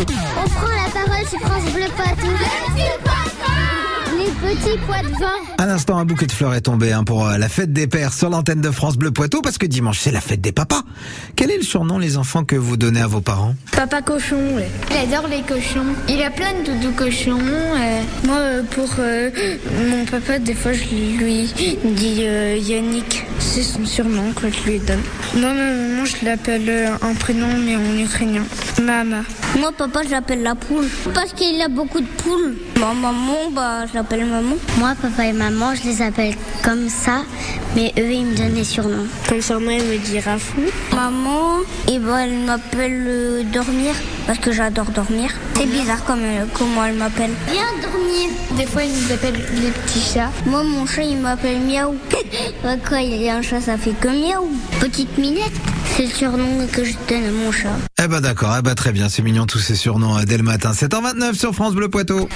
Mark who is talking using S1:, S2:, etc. S1: On prend la parole sur France Bleu Poitou. Les petits pois de vin.
S2: À l'instant, un bouquet de fleurs est tombé hein, pour euh, la fête des pères sur l'antenne de France Bleu Poitou, parce que dimanche, c'est la fête des papas. Quel est le surnom, les enfants, que vous donnez à vos parents
S3: Papa cochon, ouais.
S1: Il adore les cochons. Il a plein de doudous cochons. euh,
S3: Moi, euh, pour euh, mon papa, des fois, je lui dis euh, Yannick. C'est son surnom que je lui donne. Moi, ma maman, je l'appelle euh, un prénom, mais en ukrainien. Mama.
S4: Moi, papa, je l'appelle la poule. Parce qu'il a beaucoup de poules. Ma maman, bah, je l'appelle maman.
S1: Moi, papa et maman, je les appelle comme ça, mais eux, ils me donnent les surnoms.
S3: Comme surnom, il me dit Rafou.
S4: Maman,
S3: eh
S4: et ben, elle m'appelle euh, dormir. Parce que j'adore dormir. C'est bizarre comme, euh, comment elle m'appelle.
S1: Viens dormir. Des fois, ils nous appellent les petits chats.
S4: Moi, mon chat, il m'appelle Miaou. Bah, quand il y a un chat, ça fait que Miaou. Petite Minette, c'est le surnom que je donne à mon chat.
S2: Eh ben d'accord, eh ben très bien, c'est mignon tous ces surnoms euh, dès le matin. 7h29 sur France Bleu Poitou.